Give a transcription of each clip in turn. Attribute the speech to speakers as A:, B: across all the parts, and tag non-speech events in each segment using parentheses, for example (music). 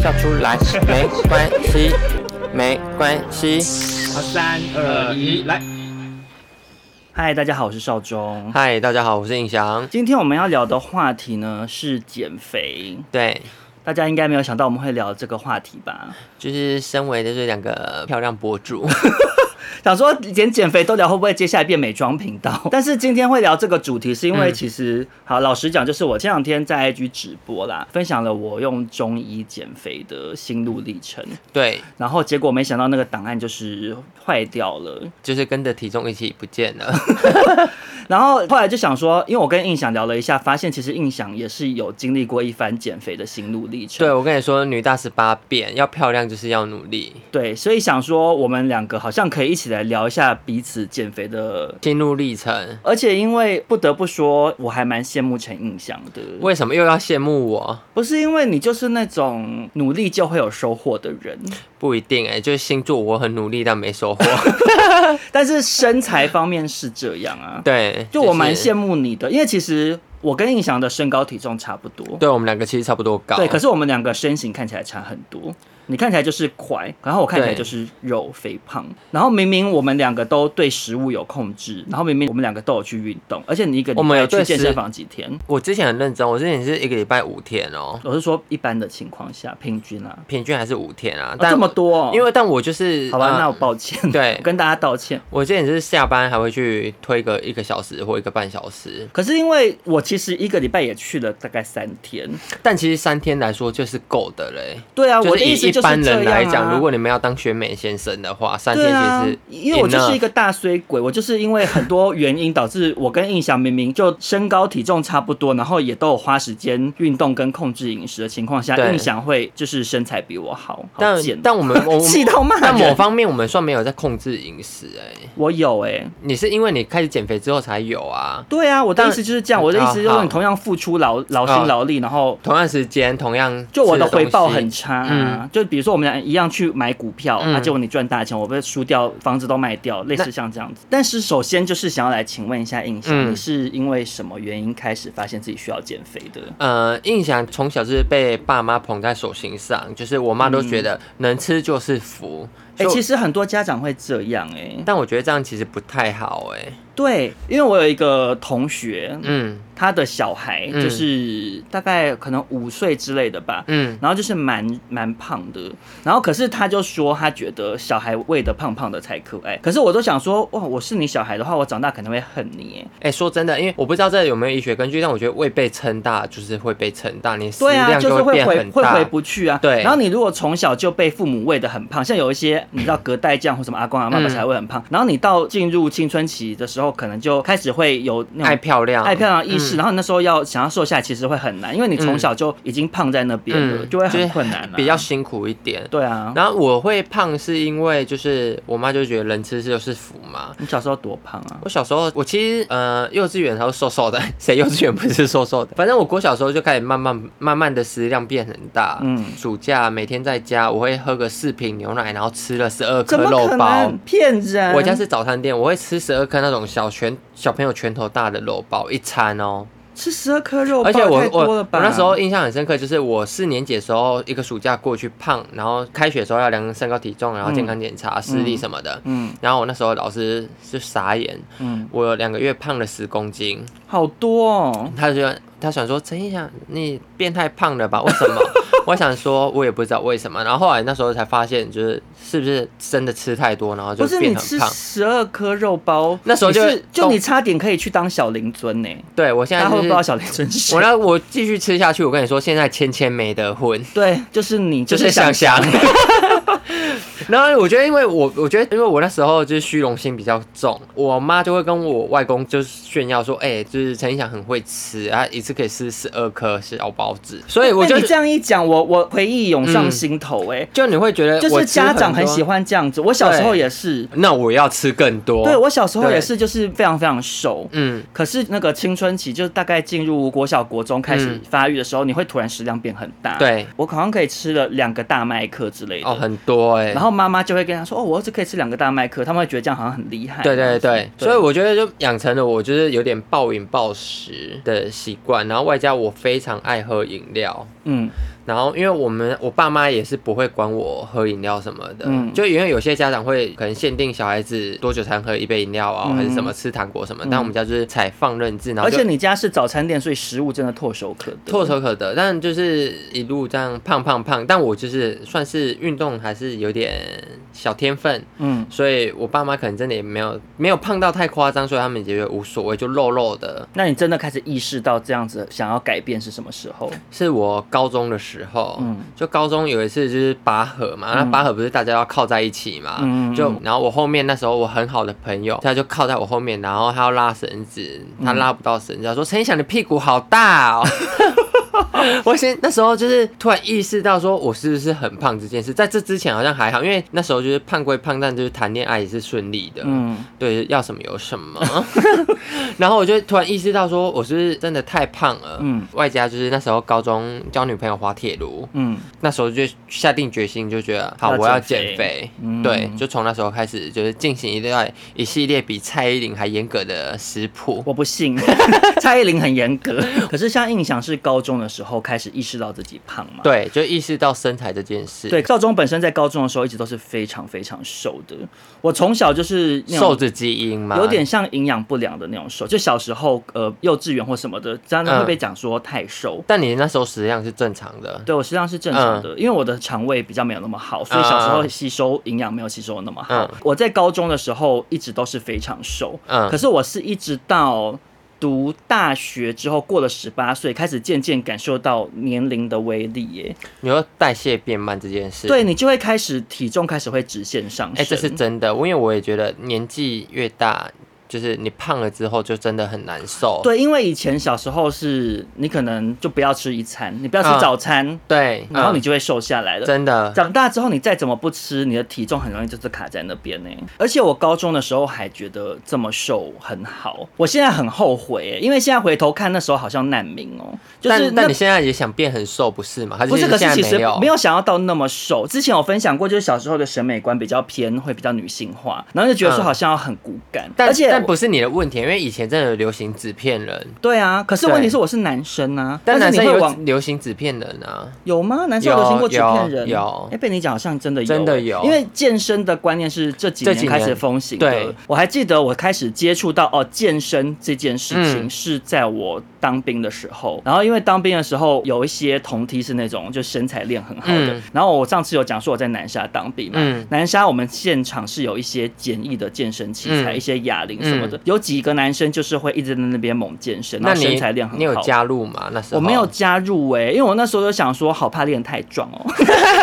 A: 笑出来没关系，没关系。
B: 好，三二一，来！嗨，大家好，我是少忠。
A: 嗨，大家好，我是印翔。
B: 今天我们要聊的话题呢是减肥，
A: 对，
B: 大家应该没有想到我们会聊这个话题吧？
A: 就是身为就是两个漂亮博 (laughs) 主，
B: 想说连减肥都聊，会不会接下来变美妆频道？但是今天会聊这个主题，是因为其实、好，老实讲，就是我这两天在 IG 直播啦，分享了我用中医减肥的心路历程，
A: 对，
B: 然后结果没想到那个档案就是坏掉了。
A: 就是跟着体重一起不见
B: (laughs)
A: 了。
B: 然后后来就想说，因为我跟印象聊了一下，发现其实印象也是有经历过一番减肥的心路历程。
A: 对，我跟你说，女大十八变，要漂亮就是要努力。
B: 对，所以想说我们两个好像可以一起来聊一下彼此减肥的。
A: 心路历程，
B: 而且因为不得不说，我还蛮羡慕陈印象的。
A: 为什么又要羡慕我？
B: 不是因为你就是那种努力就会有收获的人，
A: 不一定哎、就是星座我很努力，但没
B: (laughs)
A: 收获。
B: 但是身材方面是这样啊。
A: (laughs) 对，
B: 就我蛮
A: 是
B: 羡慕你的，因为其实我跟印象的身高体重差不多。
A: 对我们两个其实差不多高。
B: 对，可是我们两个身形看起来差很多。你看起来就是块，然后我看起来
A: 对
B: 就是肉肥胖。然后明明我们两个都对食物有控制，然后明明我们两个都有去运动，而且你一个
A: 我
B: 礼
A: 们有
B: 拜去
A: 对
B: 健
A: 食
B: 身房几天？
A: 我之前很认真，我之前是一个礼拜五天哦、
B: 我是说一般的情况下，平均啊，
A: 平均还是五天啊。
B: 啊
A: 但、
B: 这么多哦、
A: 因为但我就是
B: 好吧，
A: 呃
B: 那我抱歉，
A: 对
B: (laughs) 我跟大家道歉。
A: 我之前就是下班还会去推个一个小时或一个半小时，
B: 可是因为我其实一个礼拜也去了大概三天，
A: 但其实三天来说就是够的嘞。
B: 对啊，
A: 就
B: 我
A: 是
B: 的
A: 以
B: 意思
A: 一
B: 就是
A: 般人
B: 这样
A: 来
B: 啊
A: 讲，如果你们要当选美先生的话，三
B: 对
A: 天
B: 啊
A: 其实，
B: 因为我就是
A: enough
B: 一个大衰鬼，我就是因为很多原因导致我跟印象明明就身高体重差不多，然后也都有花时间运动跟控制饮食的情况下，
A: 对
B: 印象会就是身材比我好，好
A: 但
B: 贱哦。
A: 但我们我们
B: (laughs) 气到骂人
A: 但某方面我们算没有在控制饮食哎、
B: 我有哎、
A: 你是因为你开始减肥之后才有啊。
B: 对啊，我的意思就是这样，我的意思就
A: 好
B: 是
A: 好
B: 你同样付出劳劳心
A: 哦
B: 劳力，然后。
A: 同样时间，同样
B: 就我的
A: 吃东
B: 回
A: 西
B: 报很差、啊，就比如说我们俩一样去买股票，
A: 嗯
B: 啊，结果你赚大钱，我被输掉，房子都卖掉，类似像这样子。但是首先就是想要来请问一下印象，
A: 嗯
B: 你是因为什么原因开始发现自己需要减肥的？
A: 呃，印象从小就是被爸妈捧在手心上，就是我妈都觉
B: 嗯
A: 得能吃就是福。
B: 哎、
A: 所以
B: 其实很多家长会这样哎、
A: 但我觉得这样其实不太好哎、
B: 对，因为我有一个同学，
A: 嗯
B: 他的小孩
A: 嗯
B: 就是大概可能五岁之类的吧，
A: 嗯，
B: 然后就是蛮蛮胖的，然后可是他就说他觉得小孩喂的胖胖的才可爱，可是我都想说，哇，我是你小孩的话，我长大可能会恨你耶。
A: 哎、说真的，因为我不知道这有没有医学根据，但我觉得胃被撑大就是会被撑大，你食
B: 对啊，
A: 量
B: 就是
A: 会
B: 会
A: 变
B: 回
A: 很
B: 会
A: 大。
B: 回不去啊。
A: 对
B: 然后你如果从小就被父母喂的很胖，像有一些嗯你知道隔代酱或什么阿公阿妈把
A: 嗯
B: 小孩喂很胖，然后你到进入青春期的时候，可能就开始会有那
A: 爱
B: 种。
A: 漂亮，
B: 爱漂亮的意识，
A: 嗯
B: 然后你那时候要想要瘦下来，其实会很难，因为你从
A: 嗯
B: 小就已经胖在那边了，
A: 嗯
B: 就会
A: 就是
B: 很困难、啊。
A: 比较辛苦一点。
B: 对啊，
A: 然后我会胖是因为就是我妈就觉得人吃就是福嘛。
B: 你小时候多胖啊？
A: 我小时候，我其实呃，幼稚园还是瘦瘦的， (laughs) 谁幼稚园不是瘦瘦的？反正我国小时候就开始慢慢慢慢的食量变很大。
B: 嗯
A: 暑假每天在家，我会喝个四瓶牛奶，然后吃了十二颗
B: 怎么
A: 肉
B: 可
A: 包
B: 能。骗人？
A: 我家是早餐店，我会吃十二颗那种小拳小朋友拳头大的肉包一餐哦。
B: 吃十二颗肉包，
A: 而且我
B: 太
A: 我
B: 多了
A: 我
B: 吧？
A: 那时候印象很深刻，就是我四年级的时候，一个暑假过去胖，然后开学的时候要量身高体重，然后健康检查、视力什么的。
B: 嗯
A: 然后我那时候老师就傻眼，
B: 嗯，
A: 我有两个月胖了十公斤，
B: 好多哦。
A: 他就他想说陈意翔你变态胖了吧？为什么？ (laughs) 我想说我也不知道为什么。然后后来那时候才发现，就是是不是真的吃太多，然后就
B: 不是
A: 变
B: 你
A: 得
B: 吃
A: 很胖。
B: 十二颗肉包，
A: 那时候就
B: 你是就
A: 动
B: 你差点可以去当小林尊呢、
A: 对我现
B: 大
A: 在
B: 家会不
A: 就
B: 会
A: 是
B: 不知道小林尊是谁？
A: 我那我继续吃下去，我跟你说，现在芊芊没得混。
B: 对，就是你，
A: 就是是想
B: 想
A: 想， (laughs) 然后我觉得，因为我我觉得，因为我那时候就是虚荣心比较重，我妈就会跟我外公就是炫耀说，哎、就是陈一翔很会吃，他一次可以吃十二颗小包子，所以我
B: 被
A: 就嗯
B: 你这样一讲，我我回忆涌上心头、哎、
A: 就你会觉得
B: 就是家长很喜
A: 欢，
B: 欢这样子。我小时候也是，
A: 那我要吃更多。
B: 对我小时候
A: 对
B: 也是，就是非常非常瘦。
A: 嗯，
B: 可是那个青春期，就是大概进入国小、国中开始
A: 嗯
B: 发育的时候，你会突然食量变很大。
A: 对，
B: 我好像可以吃了两个大麦克之类的。
A: 哦，很多哎、
B: 然后妈妈就会跟他说：“哦，我儿子可以吃两个大麦克。”他们会觉得这样好像很厉害。
A: 对对对，
B: 对
A: 所以我觉得就养成了我就是有点暴饮暴食的习惯，然后外加我非常爱喝饮料，
B: 嗯，
A: 然后因为我们我爸妈也是不会管我喝饮料什么的，
B: 嗯
A: 就因为有些家长会可能限定小孩子多久才能喝一杯饮料啊，
B: 嗯
A: 还是什么吃糖果什么，
B: 嗯
A: 但我们家就是采放任制，然后
B: 而
A: 就
B: 且你家是早餐店，所以食物真的唾手可得。
A: 唾手可得，但就是一路这样胖胖胖，但我就是算是运动还是有点小天分，
B: 嗯，
A: 所以我爸妈可能真的也没有没有胖到太夸张，所以他们也觉得无所谓，就肉肉的。
B: 那你真的开始意识到这样子想要改变是什么时候？
A: 是我高中的时候，
B: 嗯
A: 就高中有一次就是拔河嘛，那
B: 嗯
A: 拔河不是大家要靠在一起嘛，
B: 嗯嗯
A: 就
B: 嗯
A: 然后我后面那时候我很好的朋友，他就靠在我后面，然后他要拉绳子，他拉不到绳子，他说陈一翔你屁股好大
B: (laughs)
A: 哦。我先那时候就是突然意识到说我是不是很胖这件事，在这之前好像还好，因为那时候就是胖归胖，但就是谈恋爱也是顺利的，
B: 嗯，
A: 对，要什么有什么。 (laughs) 然后我就突然意识到，说我是不是真的太胖了。
B: 嗯
A: 嗯，外加就是那时候高中交女朋友滑铁卢，
B: 嗯
A: 那时候就下定决心，就觉得好，
B: 要
A: 我要
B: 减
A: 减
B: 肥
A: 肥。
B: 嗯
A: 对，就从那时候开始，就是进行一段一系列比蔡依林还严格的食谱。
B: 我不信， (laughs) 蔡依林很严格。 (laughs) 可是像印象是高中的时候开始意识到自己胖嘛？
A: 对，就意识到身材这件事。
B: 对，，赵忠本身在高中的时候一直都是非常非常瘦的。我从小就是那种
A: 瘦子基因嘛，
B: 有点像营养不良的那种瘦，就小时候呃幼稚园或什么的，这样会
A: 嗯
B: 被讲说太瘦。
A: 但你那时候食量是正常的。
B: 对我实际上是正常
A: 嗯
B: 的，因为我的肠胃比较没有那么好，所以小时候吸收营养没有吸收得那么好。
A: 嗯
B: 我在高中的时候一直都是非常瘦，
A: 嗯
B: 可是我是一直到。读大学之后，过了十八岁，开始渐渐感受到年龄的威力耶。
A: 你说代谢变慢这件事。
B: 对你就会开始体重开始会直线上升。
A: 哎、这是真的，因为我也觉得年纪越大，就是你胖了之后就真的很难受。
B: 对，因为以前小时候是你可能就不要吃一餐，你不要吃
A: 嗯
B: 早餐，
A: 对，
B: 然后你
A: 嗯
B: 就会瘦下来了。
A: 真的，
B: 长大之后，你再怎么不吃，你的体重很容易就是卡在那边呢、而且我高中的时候还觉得这么瘦很好，我现在很后悔、欸，因为现在回头看那时候好像难民哦、就是
A: 但
B: 那
A: 但你现在也想变很瘦不是吗？还
B: 不
A: 是
B: 是，
A: 你
B: 可
A: 现
B: 是
A: 在
B: 其实
A: 没有
B: 没有想要到那么瘦。之前有分享过，就是小时候的审美观比较偏，会比较女性化，然后就觉得说
A: 嗯
B: 好像要很骨感，
A: 但
B: 而且
A: 但不是你的问题，因为以前真的有流行纸片人，
B: 对啊。可是问题
A: 对
B: 是我是男生啊，
A: 但
B: 是
A: 男
B: 你
A: 生
B: 会
A: 有
B: 往
A: 流行纸片人啊，
B: 有吗？男生有
A: 有
B: 流行过纸片人？
A: 有有
B: 哎、被你讲好像真的有，
A: 真的有
B: 因为健身的观念是这几
A: 这
B: 年
A: 几
B: 开始
A: 年
B: 风行的。
A: 对
B: 我还记得我开始接触到哦健身这件事情
A: 嗯
B: 是在我当兵的时候，然后因为当兵的时候有一些同梯是那种就身材练很好的，
A: 嗯
B: 然后我上次有讲说我在南沙当兵嘛，
A: 嗯
B: 南沙我们现场是有一些简易的健身器材，
A: 嗯
B: 一些哑铃什么的，有几个男生就是会一直在那边猛健身，然
A: 那
B: 后身
A: 你
B: 材练很好。
A: 你有加入吗？那时候
B: 我没有，加入哎、因为我那时候就想说，好怕练太壮
A: (laughs)
B: 哦，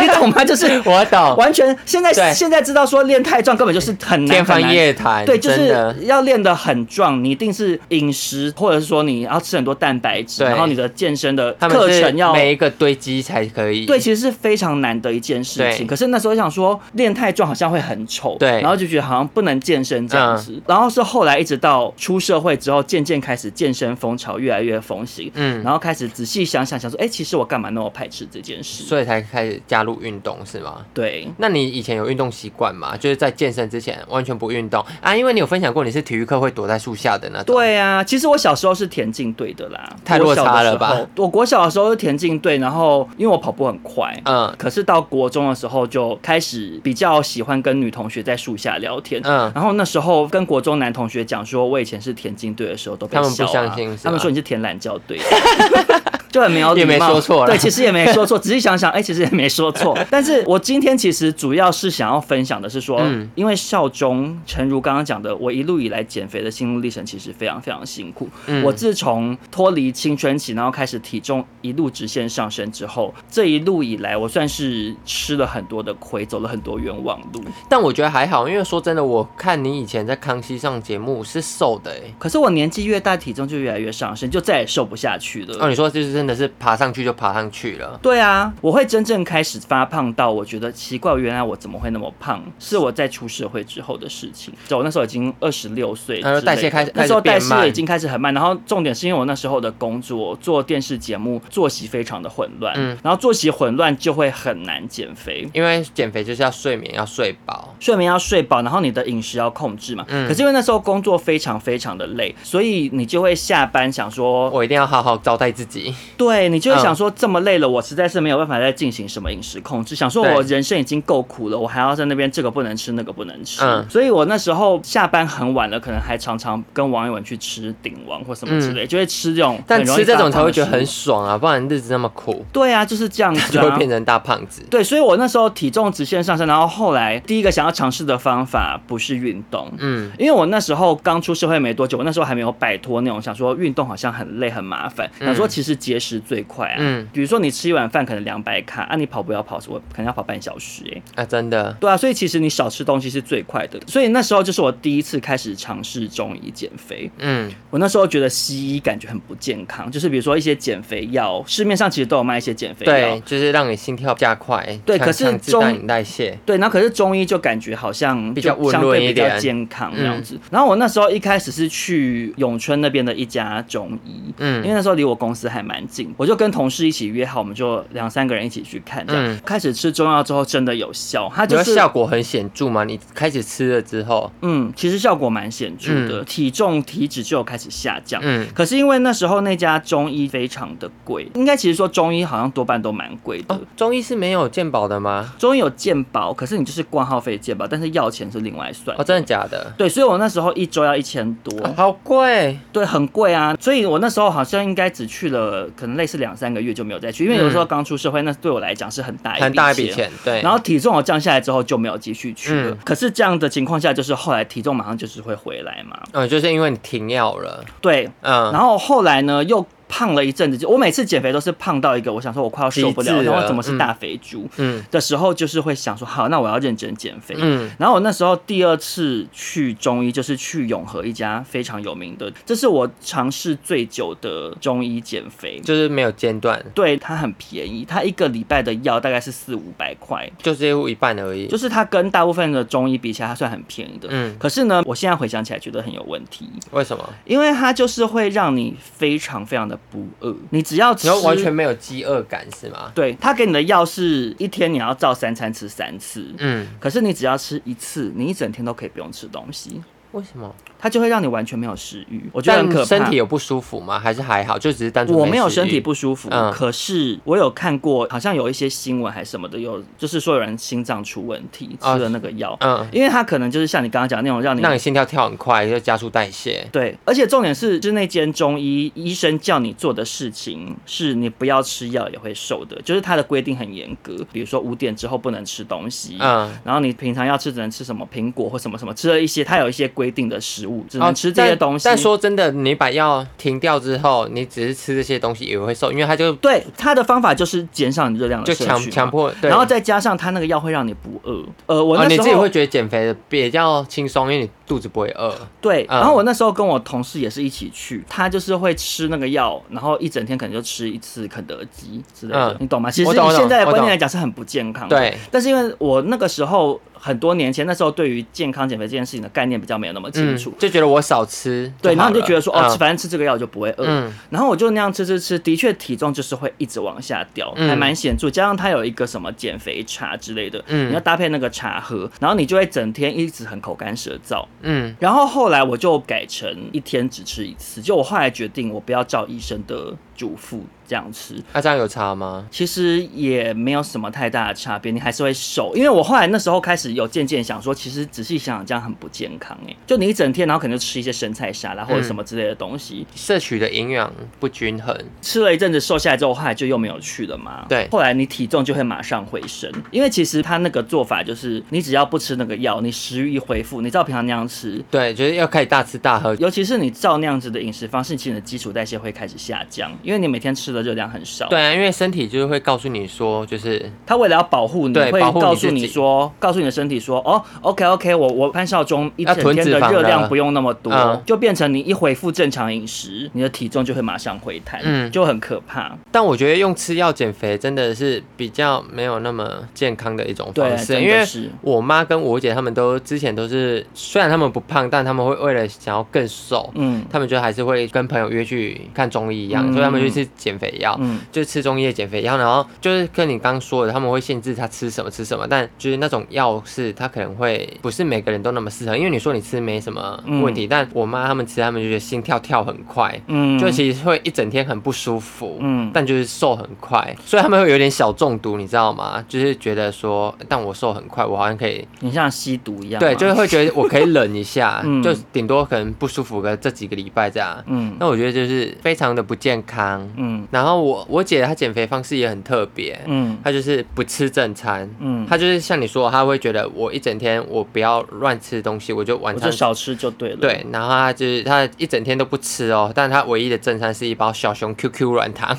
B: 你懂吗？就是
A: 我懂，
B: 完全现在
A: 哦对
B: 现在知道说练太壮根本就是很难
A: 天方
B: 很难
A: 夜谭，
B: 对，就
A: 真
B: 是
A: 的
B: 要练得很壮，你一定是饮食或者是说你要吃很多蛋白质，
A: 对
B: 然后你的健身的
A: 他们
B: 课
A: 是
B: 程要。
A: 每一个堆积才可以，
B: 对，其实是非常难的一件事情。
A: 对
B: 可是那时候想说，练太壮好像会很丑，
A: 对嗯
B: 然后就觉得好像不能健身这样子。然后是后来一直到出社会之后，渐渐开始健身风潮越来越风行，
A: 嗯，
B: 然后开始仔细想想，想说，哎、其实我干嘛那么排斥这件事？
A: 所以才开始加入运动是吗？
B: 对，
A: 那你以前有运动习惯吗？就是在健身之前完全不运动啊？因为你有分享过你是体育课会躲在树下的那种。，
B: 对啊，其实我小时候是田径队的啦，
A: 太
B: 国
A: 落
B: 小的
A: 差
B: 时
A: 了吧
B: 候？我国小的时候是田径队，然后因为我跑步很快。
A: 嗯
B: 可是到国中的时候，就开始比较喜欢跟女同学在树下聊天。
A: 嗯，
B: 然后那时候跟国中男同学讲说，我以前是田径队的时候都被
A: 他们不
B: 笑啊
A: 相信是
B: 他们
A: 吧
B: 说你是田懒教队的，就很没有礼貌
A: 也没说错啦
B: 对，其实也没
A: (laughs)
B: 说错，仔细想想，哎、其实也没说错。但是我今天其实主要是想要分享的是说，
A: 嗯
B: 因为效忠，诚如刚刚讲的，我一路以来减肥的心路历程其实非常非常辛苦。
A: 嗯
B: 我自从脱离青春期，然后开始体重一路直线上升之后，这一路以来，我算是吃了很多的亏，走了很多冤枉路。
A: 但我觉得还好，因为说真的，我看你以前在康熙上节目是瘦的哎、
B: 可是我年纪越大，体重就越来越上升，就再也瘦不下去了。
A: 哦，你说就是真的是爬上去就爬上去了，
B: 对啊，我会真正开始发胖到我觉得奇怪，原来我怎么会那么胖？是我在出社会之后的事情。就我那时候已经二十六岁之类的，
A: 那时候代谢开始
B: 那时候代
A: 开始变
B: 谢
A: 慢
B: 已经开始很慢。然后重点是因为我那时候的工作做电视节目，作息非常的混乱，
A: 嗯
B: 然后作息混乱就会很难减肥。
A: 因为减肥就是要睡眠，要睡饱。
B: 睡眠要睡饱，然后你的饮食要控制嘛。
A: 嗯
B: 可是因为那时候工作非常非常的累，所以你就会下班想说，
A: 我一定要好好招待自己。
B: 对你就
A: 嗯
B: 会想说，这么累了，我实在是没有办法再进行什么饮食控制，想说我
A: 对
B: 人生已经够苦了，我还要在那边这个不能吃，那个不能吃。
A: 嗯
B: 所以我那时候下班很晚了，可能还常常跟王一文去吃鼎王或什么之类，就会吃这种，
A: 嗯但吃这种才会觉得很
B: 爽。
A: 爽啊，不然日子那么苦，
B: 对啊，就是这样
A: (laughs)
B: 子、
A: 就
B: 啊，
A: 会变成大胖子。
B: 对，所以我那时候体重直线上升，然后后来第一个想要尝试的方法不是运动，
A: 嗯，
B: 因为我那时候刚出社会没多久，我那时候还没有摆脱那种想说运动好像很累很麻烦，
A: 嗯
B: 想说其实节食最快啊。
A: 嗯
B: 比如说你吃一碗饭可能两百卡，啊你跑步要跑，我可能要跑半小时、欸，
A: 啊，真的，
B: 对啊，所以其实你少吃东西是最快的。所以那时候就是我第一次开始尝试中医减肥，
A: 嗯，
B: 我那时候觉得西医感觉很不健康，就是比如说一些减肥药，市面上其实都有卖一些减肥药
A: 对，，就是让你心跳加快，
B: 对
A: 强
B: 可是
A: 强制
B: 中
A: 带你代谢，
B: 对，然后可是中医就感觉好像
A: 比较
B: 就相
A: 温润
B: 对
A: 一
B: 比较
A: 点嗯
B: 健康这样子。然后我那时候一开始是去永春那边的一家中医，
A: 嗯
B: 因为那时候离我公司还蛮近，我就跟同事一起约好，我们就两三个人一起去看。这样、
A: 嗯
B: 开始吃中药之后，真的有效，它
A: 你
B: 就
A: 说
B: 是
A: 效果很显著吗？你开始吃了之后，
B: 嗯，其实效果蛮显著的，体重体脂就有开始下降。
A: 嗯，
B: 可是因为那时候那家中医非常的贵，应该其实说中医好像多半都蛮贵的。
A: 哦，中医是没有健保的吗？
B: 中医有健保，可是你就是挂号费健保，但是药钱是另外算的
A: 哦，真的假的？
B: 对，所以我那时候一周要一千多，
A: 哦好贵，
B: 对，很贵啊。所以我那时候好像应该只去了，可能类似两三个月就没有再去，因为有时候刚出社会，那对我来讲是很大一
A: 嗯很大一笔。钱，对。
B: 然后体重我降下来之后就没有继续去了。
A: 嗯
B: 可是这样的情况下，就是后来体重马上就是会回来嘛。
A: 嗯，就是因为你停药了，
B: 对，
A: 嗯，
B: 然后后来呢又。胖了一阵子，就我每次减肥都是胖到一个，我想说我快要受不了，
A: 极致
B: 然
A: 了
B: 后怎么是大肥猪、
A: 嗯
B: 的时候，就是会想说，好，那我要认真减肥。
A: 嗯，
B: 然后我那时候第二次去中医，就是去永和一家非常有名的，这是我尝试最久的中医减肥。
A: 就是没有间断，
B: 对它很便宜，它一个礼拜的药大概是四五百块，
A: 就几乎一半而已，
B: 就是它跟大部分的中医比起来，它算很便宜的。
A: 嗯
B: 可是呢，我现在回想起来觉得很有问题，
A: 为什么？
B: 因为它就是会让你非常非常的不饿，你只要吃
A: 然后完全没有饥饿感是吗？
B: 对它给你的药是一天你要照三餐吃三次，
A: 嗯，
B: 可是你只要吃一次，你一整天都可以不用吃东西。
A: 为什么？
B: 它就会让你完全没有食欲，我觉得很可怕。
A: 但身体有不舒服吗？还是还好？就只是单纯
B: 我没有
A: 食欲
B: 身体不舒服，
A: 嗯
B: 可是我有看过，好像有一些新闻还是什么的，有就是说有人心脏出问题吃
A: 啊
B: 了那个药，
A: 嗯，
B: 因为它可能就是像你刚刚讲的那种让你
A: 让你心跳跳很快，就加速代谢。
B: 对，而且重点是，就是那间中医医生叫你做的事情，是你不要吃药也会瘦的，就是它的规定很严格，比如说五点之后不能吃东西，
A: 嗯
B: 然后你平常要吃只能吃什么苹果或什么什么，吃了一些它有一些规定的食物，只
A: 哦
B: 能吃这些
A: 但
B: 东西。
A: 但说真的，你把药停掉之后，你只是吃这些东西也会瘦，因为它就
B: 对，它的方法就是减少你热量的
A: 就
B: 摄
A: 强
B: 取嘛
A: 强迫对
B: 然后再加上它那个药会让你不饿。呃，我
A: 哦，
B: 那
A: 你
B: 时
A: 自己
B: 候、
A: 会觉得减肥比较轻松，因为你肚子不会饿。
B: 对，
A: 嗯
B: 然后我那时候跟我同事也是一起去，他就是会吃那个药，然后一整天可能就吃一次肯德基之类的，
A: 嗯
B: 你懂吗？其实
A: 我
B: 以
A: 懂我懂
B: 现在的
A: 我
B: 观念
A: 懂
B: 来讲是很不健康的。
A: 对，
B: 但是因为我那个时候很多年前，那时候对于健康减肥这件事情的概念比较没有那么清
A: 嗯
B: 楚，，
A: 就觉得我少吃好了。
B: 对，然后你就觉得说，哦，
A: 嗯
B: 吃反正吃这个药就不会饿。
A: 嗯
B: 然后我就那样吃吃吃，的确体重就是会一直往下掉，
A: 嗯
B: 还蛮显著。加上它有一个什么减肥茶之类的，
A: 嗯
B: 你要搭配那个茶喝，然后你就会整天一直很口干舌燥。
A: 嗯，
B: 然后后来我就改成一天只吃一次，就我后来决定我不要照医生的主妇这样吃。
A: 那、这样有差吗？
B: 其实也没有什么太大的差别，你还是会瘦。因为我后来那时候开始有渐渐想说，其实仔细想想这样很不健康哎、就你一整天，然后可能就吃一些生菜沙拉
A: 嗯
B: 或者什么之类的东西，
A: 摄取的营养不均衡，
B: 吃了一阵子瘦下来之后，后来就又没有去了嘛。
A: 对
B: 后来你体重就会马上回升，因为其实他那个做法就是，你只要不吃那个药，你食欲一恢复，你照平常那样吃，
A: 对，就是要开始大吃大喝。
B: 尤其是你照那样子的饮食方式，其实你的基础代谢会开始下降，因为你每天吃的热量很少。
A: 对，啊，因为身体就是会告诉你说，就是
B: 它为了要保护你，
A: 对
B: 会
A: 保护你
B: 告诉
A: 自
B: 你
A: 己
B: 说，告诉你的身体说，哦，OK OK，我我潘少忠一整
A: 要囤
B: 天
A: 脂
B: 的
A: 肪
B: 热量
A: 了
B: 不用那么多，
A: 嗯
B: 就变成你一恢复正常饮食，你的体重就会马上回弹，
A: 嗯
B: 就很可怕。
A: 但我觉得用吃药减肥真的是比较没有那么健康的一种
B: 对
A: 方式，
B: 真的
A: 因为
B: 是
A: 我妈跟我姐她们都之前都是，虽然她们不胖，但她们会为了想要更瘦，
B: 嗯
A: 她们就还是会跟朋友约去看中医一样，
B: 嗯
A: 所以她们就吃减肥药。
B: 嗯，
A: 就吃中医的减肥药，然后就是跟你刚说的，他们会限制他吃什么吃什么，但就是那种药是他可能会不是每个人都那么适合，因为你说你吃没什么问题，但我妈他们吃，他们就觉得心跳跳很快，
B: 嗯
A: 就其实会一整天很不舒服，
B: 嗯
A: 但就是瘦很快，所以他们会有点小中毒，你知道吗？就是觉得说，但我瘦很快，我好像可以，
B: 你像吸毒一样嘛，
A: 对，就是会觉得我可以忍一下，
B: (laughs) 嗯
A: 就顶多可能不舒服个这几个礼拜这样。
B: 嗯
A: 那我觉得就是非常的不健康。
B: 嗯
A: 然后我我姐她减肥方式也很特别，
B: 嗯
A: 她就是不吃正餐，
B: 嗯，
A: 她就是像你说的，她会觉得我一整天我不要乱吃东西，我就晚
B: 我就
A: 餐
B: 少吃就对了。
A: 对，然后她就是她一整天都不吃哦，但她唯一的正餐是一包小熊 QQ 软
B: (laughs)
A: 糖，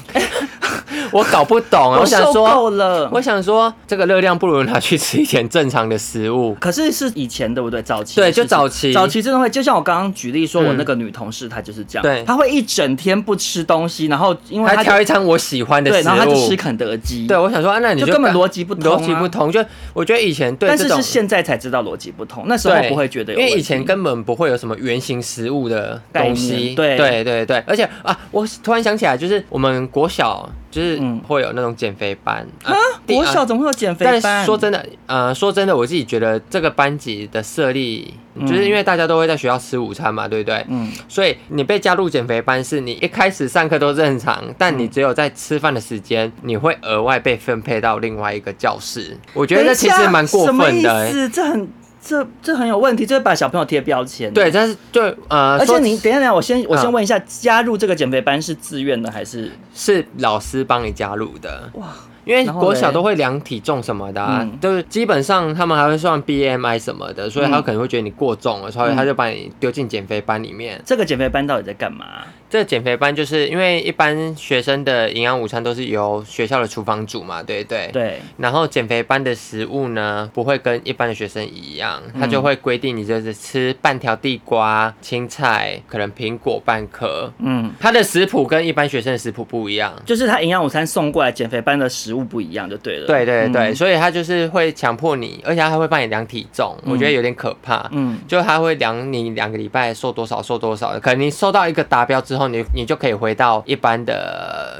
A: 我搞不懂啊，
B: 我
A: 我想
B: 受
A: 说，
B: 够了。
A: 我想说这个热量不如拿去吃一点正常的食物，
B: 可是是以前对不对？早期
A: 对
B: 的事情
A: 就早期
B: 早期真的会，就像我刚刚举例说，
A: 嗯
B: 我那个女同事她就是这样，
A: 对
B: 她会一整天不吃东西，然后因为
A: 她
B: 她就
A: 挑一餐我喜欢的
B: 对，
A: 食
B: 然后她就吃
A: 物。
B: 肯德基，
A: 对，，我想说，啊、那你
B: 就
A: 就
B: 根本
A: 干
B: 逻辑不通啊
A: 逻辑不通。就我觉得以前对
B: 但
A: 这
B: 是
A: 种
B: 是现在才知道逻辑不通，那时候
A: 对，
B: 不会觉得有
A: 因
B: 问
A: 为
B: 题，
A: 以前根本不会有什么原型食物的东
B: 概
A: 西
B: 念。对
A: 对对对而且啊，我突然想起来，就是我们国小就是
B: 嗯
A: 会有那种减肥班啊
B: 啊，
A: 第
B: 国
A: 啊
B: 小怎么会有减肥班？
A: 但是说真的，呃，说真的，我自己觉得这个班级的设立，就是因为大家都会在学校吃午餐嘛，对不对？
B: 嗯
A: 所以你被加入减肥班，是你一开始上课都正常，但
B: 嗯
A: 你只有在吃饭的时间，你会额外被分配到另外一个教室。我觉得这其实蛮过
B: 等
A: 分
B: 一
A: 的、
B: 下
A: 欸
B: 什么意思？这很这这很有问题，这会把小朋友贴标签。
A: 对，。但是就呃，
B: 而且
A: 说
B: 你等一下，等一下，我先我先
A: 嗯
B: 问一下，加入这个减肥班是自愿的还是？
A: 是老师帮你加入的哇。因为
B: 然后嘞
A: 国小都会量体重什么的、啊，
B: 嗯
A: 就是基本上他们还会算 BMI 什么的，所以他可能会觉得你过重
B: 嗯
A: 了，所以他就把你丢进减肥班里面。
B: 这个减肥班到底在干嘛、
A: 这个减肥班就是因为一般学生的营养午餐都是由学校的厨房煮嘛，对不对？。
B: 对，
A: 然后减肥班的食物呢，不会跟一般的学生一样，
B: 嗯
A: 他就会规定你就是吃半条地瓜、青菜，可能苹果半颗。
B: 嗯，
A: 他的食谱跟一般学生的食谱不一样，
B: 就是他营养午餐送过来，减肥班的食物不一样就对了。
A: 对对对，
B: 嗯
A: 所以他就是会强迫你，而且他还会帮你量体重，我觉得有点可怕。
B: 嗯，
A: 就他会量你两个礼拜瘦多少，瘦多少。可能你瘦到一个达标之后，你你就可以回到一般的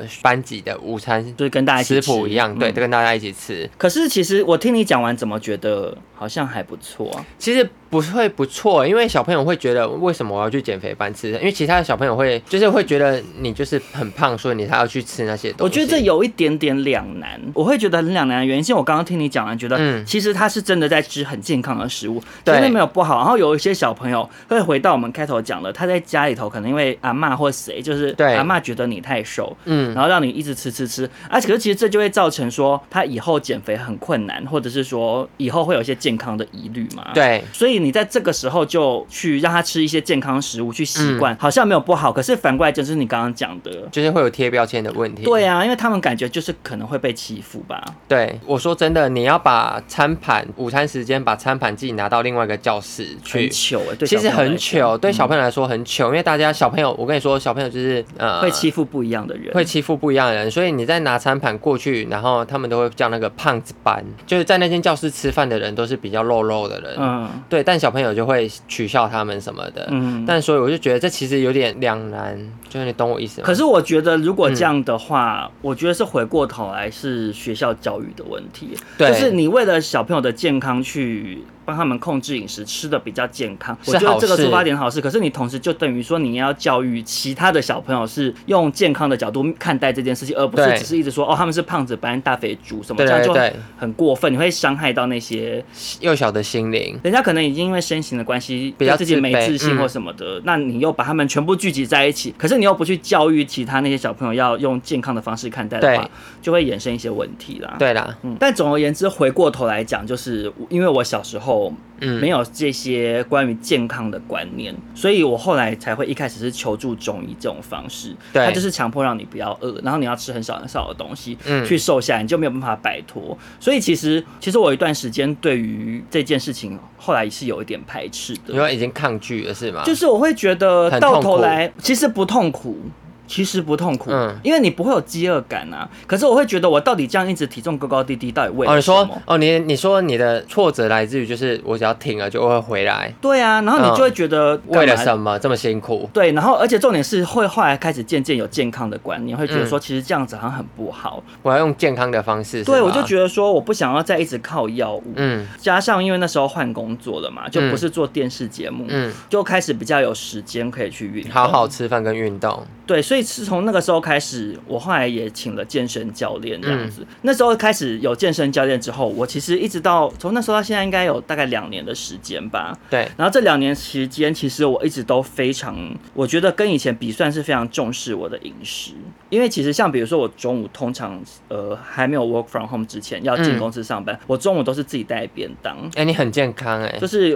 A: 呃班级的午餐
B: 就是跟大家一起
A: 食
B: 吃
A: 谱一样，对，
B: 嗯
A: 就跟大家一起吃。
B: 可是其实我听你讲完，怎么觉得好像还不错啊、
A: 其实不会不错，因为小朋友会觉得为什么我要去减肥班吃？因为其他的小朋友会就是会觉得你就是很胖，所以你才要去吃那些东西。
B: 我觉得这有一点点两难，我会觉得很两难的原因，是我刚刚听你讲完，觉得
A: 嗯
B: 其实他是真的在吃很健康的食物，
A: 对
B: 真的没有不好。然后有一些小朋友会回到我们开头讲的，他在家里头可能因为阿嬷或谁，就是
A: 对
B: 阿嬷觉得你太瘦，
A: 嗯
B: 然后让你一直吃吃吃，而且可是其实这就会造成说他以后减肥很困难，或者是说以后会有一些健康的疑虑嘛。。
A: 对。
B: 所以你在这个时候就去让他吃一些健康食物，去
A: 嗯
B: 习惯，好像没有不好。可是反过来就是你刚刚讲的，
A: 就是会有贴标签的问题。
B: 对啊，因为他们感觉就是可能会被欺负吧。
A: 对，我说真的，你要把餐盘午餐时间把餐盘自己拿到另外一个教室去，
B: 很糗哎、对，
A: 其实很，糗，对
B: 嗯
A: 小朋友来说很糗，因为大家小朋友，我跟你说，小朋友就是呃
B: 会欺负不一样的人，
A: 会欺负不一样的人，所以你在拿餐盘过去，然后他们都会叫那个胖子班，就是在那间教室吃饭的人都是比较肉肉的人，
B: 嗯
A: 对，但小朋友就会取笑他们什么的，
B: 嗯。
A: 但所以我就觉得这其实有点两难，就是你懂我意思吗？
B: 可是我觉得，如果这样的
A: 嗯
B: 话，我觉得是回过头来是学校教育的问题，
A: 对
B: 就是你为了小朋友的健康去帮他们控制饮食，吃的比较健康。
A: 是
B: 我觉得
A: 好
B: 这个
A: 事
B: 出发点好事，可是你同时就等于说你要教育其他的小朋友是用健康的角度看待这件事情，而不是
A: 对
B: 只是一直说哦他们是胖子，白大肥猪什么，
A: 对
B: 这样就
A: 对对
B: 很过分，你会伤害到那些
A: 幼小的心灵。
B: 人家可能已经因为身形的关系，
A: 比较
B: 对自己
A: 自
B: 没
A: 卑
B: 自信
A: 嗯
B: 或什么的，那你又把他们全部聚集在一起，可是你又不去教育其他那些小朋友要用健康的方式看待的话
A: 对，
B: 就会衍生一些问题啦。，
A: 对啦，
B: 嗯，但总而言之，回过头来讲，就是因为我小时候
A: 嗯，
B: 没有这些关于健康的观念，所以我后来才会一开始是求助中医这种方式，
A: 对
B: 它就是强迫让你不要饿，然后你要吃很少很少的东西，
A: 嗯
B: 去瘦下来，你就没有办法摆脱。所以其实其实我有一段时间对于这件事情后来是有一点排斥
A: 因
B: 的，
A: 为已经抗拒了是吗？
B: 就是我会觉得
A: 啊很
B: 到
A: 痛
B: 头
A: 苦
B: 来其实不痛苦。其实不痛苦，
A: 嗯
B: 因为你不会有饥饿感啊。可是我会觉得，我到底这样一直体重高高低低，到底为
A: 哦，
B: 了
A: 你
B: 什么？
A: 说哦，你你说你的挫折来自于就是我只要停了就会回来，
B: 对啊，然后你
A: 嗯
B: 就会觉得、
A: 为了什么这么辛苦？
B: 对，然后而且重点是会后来开始渐渐有健康的观念，会觉得
A: 嗯
B: 说其实这样子好像很不好。
A: 我要用健康的方式。
B: 对，我就
A: 得，
B: 觉得说我不想要再一直靠药物，
A: 啊嗯
B: 加上因为那时候换工作了嘛，就不
A: 嗯
B: 是做电视节目，
A: 嗯，
B: 就开始比较有时间可以去运动。
A: 好好吃饭跟运动，
B: 对，所以是从那个时候开始，我后来也请了健身教练这样子。
A: 嗯
B: 那时候开始有健身教练之后，我其实一直到从那时候到现在，应该有大概两年的时间吧。
A: 对，
B: 然后这两年时间，其实我一直都非常，我觉得跟以前比算是非常重视我的饮食，因为其实像比如说我中午通常呃还没有 work from home 之前要进
A: 嗯
B: 公司上班，我中午都是自己带便当，
A: 哎，你很健康哎
B: 就，是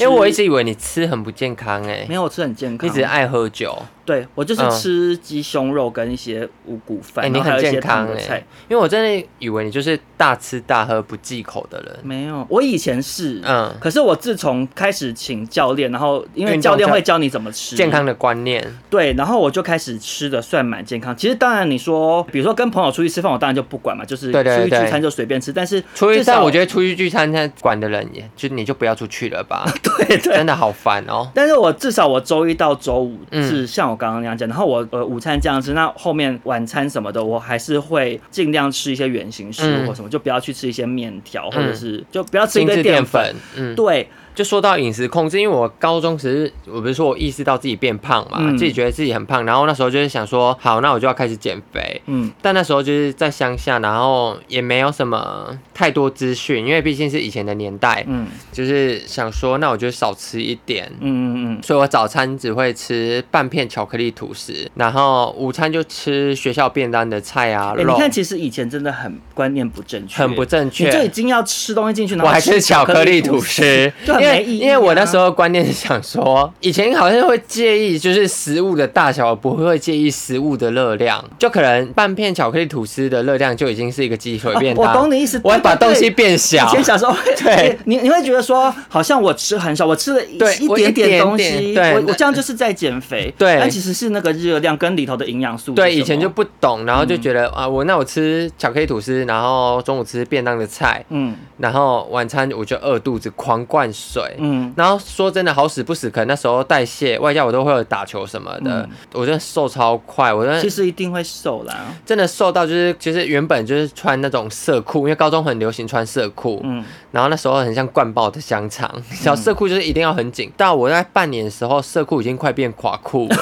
A: 因为我一
B: 吃
A: 直以为你吃很不健康哎
B: 没，有吃很健康，
A: 你只是爱喝酒，
B: 对我就是
A: 嗯
B: 吃鸡胸肉跟一些五谷饭，
A: 哎，
B: 然
A: 你
B: 后还
A: 很
B: 有一些
A: 健
B: 烫
A: 康
B: 的菜
A: 哎，，因为我真的以为你就是大吃大喝不忌口的人，
B: 没有，我以前是，
A: 嗯，
B: 可是我自从开始请教练，然后因为
A: 运动
B: 教练
A: 教
B: 会教你怎么吃
A: 健康的观念，
B: 对，然后我就开始吃的算蛮健康。其实当然你说，比如说跟朋友出去吃饭，我当然就不管嘛，就是
A: 对对
B: 出去
A: 对
B: 聚餐就随便吃。但是
A: 出去，
B: 至少
A: 但我觉得出去聚餐，现在管的人也就你就不要出去了吧，(laughs)
B: 对 (laughs) 对。
A: 真的好烦哦。
B: 但是我至少我周一到周五
A: 嗯
B: 是像我刚刚那样讲，然后我呃午餐这样吃，那后面晚餐什么的，我还是会尽量吃一些原形食物
A: 嗯
B: 或什么，就不要去吃一些面条，或
A: 嗯
B: 者是就不要吃一
A: 精
B: 堆
A: 致
B: 淀
A: 淀
B: 粉。
A: 粉，嗯，
B: 对，
A: 就说到饮食控制，因为我高中时日我不是说我意识到自己变胖嘛，
B: 嗯
A: 自己觉得自己很胖，然后那时候就是想说，好，那我就要开始减肥。
B: 嗯，
A: 但那时候就是在乡下，然后也没有什么太多资讯，因为毕竟是以前的年代，
B: 嗯
A: 就是想说，那我就少吃一点。
B: 嗯嗯
A: 所以我早餐只会吃半片巧克力吐司，然后午餐就吃学校便当的菜啊、
B: 嗯。哎，你
A: 肉，
B: 看，其实以前真的很观念不正确，
A: 很不正确。
B: 你就已经要吃东西进去，然后
A: 我还吃巧克力吐
B: 吐
A: 司， (laughs)
B: 就
A: 因
B: 很没
A: 为
B: 意义啊
A: 因为我那时候观念是想说，以前好像会介意就是食物的大小，不会介意食物的热量，就可能半片巧克力吐司的热量就已经是一个鸡腿便当。
B: 哦我懂你意思，
A: 我会把
B: 对对
A: 东
B: 对
A: 西变小
B: 以。前小时候会，
A: 对
B: (laughs) 你你会觉得说，好像我吃很少，我吃了一
A: 对
B: 一
A: 我
B: 点
A: 一点
B: 东西，
A: 点对
B: 我我这样就是在减肥，
A: 对
B: 但其实是那个热量跟里头的营养素是什么。嗯
A: 对，以前就不懂，然后就觉得、啊，我那我吃巧克力吐司，然后中午吃便当的菜，
B: 嗯
A: 然后晚餐我就饿肚子狂灌水，
B: 嗯，
A: 然后说真的，好死不死，可能那时候代谢，外加我都会有打球什么的，
B: 嗯
A: 我真的瘦超快，我真
B: 其
A: 的
B: 实一定会瘦啦，
A: 真的瘦到就是，其实原本就是穿那种色裤，因为高中很流行穿色裤，
B: 嗯
A: 然后那时候很像灌爆的香肠，小色裤就是一定要很紧。到我在半年的时候，色裤已经快变垮裤
B: (laughs)
A: 了，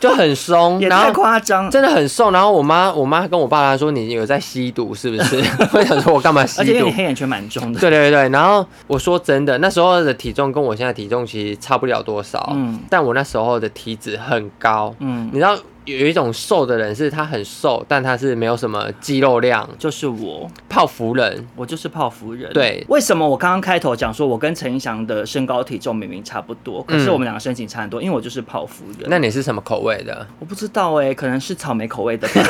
A: 就很松，
B: 也
A: 然
B: 太
A: 后。
B: 夸张。
A: 真的很瘦，然后我妈，我妈跟我爸她说你有在吸毒是不是？ (laughs) 我想说我干嘛吸
B: 而且因为
A: 毒
B: 你？黑眼圈蛮重
A: (laughs)
B: 的，
A: 对对对，然后我说真的，那时候的体重跟我现在体重其实差不了多少，
B: 嗯
A: 但我那时候的体脂很高，
B: 嗯
A: 你，知道有一种瘦的人是他很瘦，但他是没有什么肌肉量，
B: 就是我，
A: 泡芙人，
B: 我就是泡芙人。
A: 对
B: 为什么我刚刚开头讲说我跟陈一翔的身高体重明明差不多，可是
A: 嗯
B: 我们两个身形差很多，因为我就是泡芙人。
A: 那你是什么口味的？
B: 我不知道哎、可能是草莓口味的
A: (laughs)
B: 吧，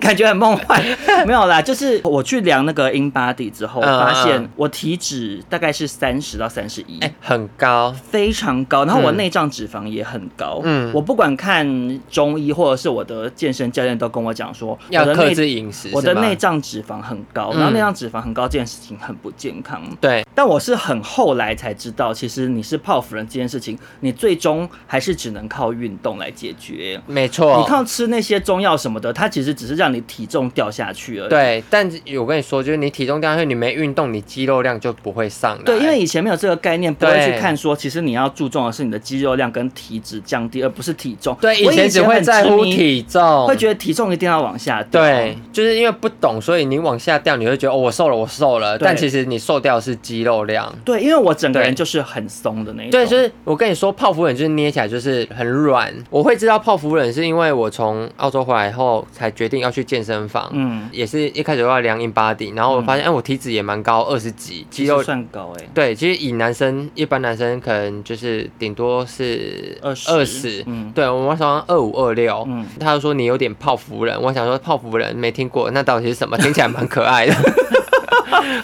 B: 感觉很梦幻。没有啦， (laughs) 就是我去量那个 in body 之后，
A: 嗯嗯
B: 发现我体脂大概是三十到三十一
A: 哎、。很高，
B: 非常高，然后我
A: 嗯
B: 内脏脂肪也很高。嗯
A: 嗯，
B: 我不管看中医或者是我的健身教练都跟我讲说，
A: 要
B: 我的
A: 克
B: 内
A: 制饮食，
B: 我的
A: 是吗
B: 内脏脂肪很高，
A: 嗯
B: 然后内脏脂肪很高这件事情很不健康。
A: 对
B: 但我是很后来才知道，其实你是泡芙人这件事情，你最终还是只能靠运动来解决。
A: 没错，
B: 你靠吃那些中药什么的，它其实只是让你体重掉下去而已。
A: 对，但是我跟你说，就是你体重掉下去，你没运动，你肌肉量就不会上来。
B: 对，因为以前没有这个概念，不会
A: 对
B: 去看说，其实你要注重的是你的肌肉量跟体脂降低，而不是体重。
A: 对以
B: 我
A: 前只会
B: 很
A: 在
B: 痴
A: 乎
B: 迷，
A: 体重，
B: 会觉得体重一定要往下掉。
A: 对，就是因为不懂，所以你往下掉，你会觉得哦，我瘦了，我瘦了。
B: 对
A: 但其实你瘦掉的是肌肉量。
B: 对，因为我整个
A: 对
B: 人就是很松的那一种。
A: 对，就是我跟你说，泡芙人就是捏起来就是很软。我会知道泡芙人是因为我从澳洲回来后才决定要去健身房，
B: 嗯，
A: 也是一开始我要量 in body，然后我发现哎、我体脂也蛮高，二十几，肌肉
B: 其实算高哎、
A: 对，其实以男生一般男生可能就是顶多是
B: 20
A: 二十
B: 嗯，
A: 对我们说二五二六
B: 嗯，
A: 他就说你有点泡芙人，我想说泡芙人没听过，那到底是什么？听起来蛮可爱的。 (laughs)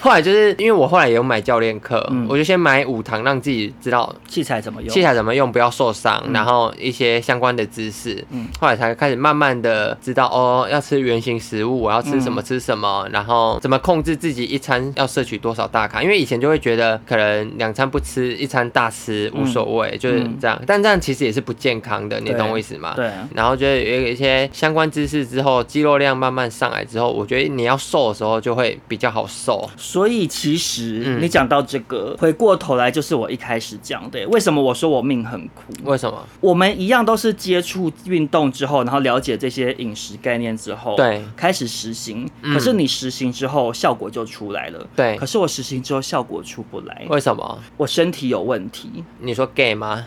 A: 后来就是因为我后来也有买教练课，
B: 嗯
A: 我就先买五堂，让自己知道
B: 器材怎么用？
A: 器材怎么用，不要受伤，
B: 嗯
A: 然后一些相关的知识。
B: 嗯
A: 后来才开始慢慢的知道哦，要吃原型食物，我要吃什么
B: 嗯
A: 吃什么，然后怎么控制自己一餐要摄取多少大卡。因为以前就会觉得可能两餐不吃，一餐大吃无所
B: 嗯
A: 谓，就是这样。但这样其实也是不健康的，你
B: 对
A: 懂我意思吗？
B: 对啊
A: 然后就是有一些相关知识之后，肌肉量慢慢上来之后，我觉得你要瘦的时候就会比较好瘦。
B: 所以其实
A: 嗯
B: 你讲到这个，回过头来就是我一开始讲的、为什么我说我命很苦？
A: 为什么？
B: 我们一样都是接触运动之后，然后了解这些饮食概念之后，
A: 对
B: 开始实行。
A: 嗯
B: 可是你实行之后，效果就出来了。
A: 对
B: 可是我实行之后效果出不来，
A: 为什么？
B: 我身体有问题。
A: 你说 gay
B: (laughs)
A: 吗？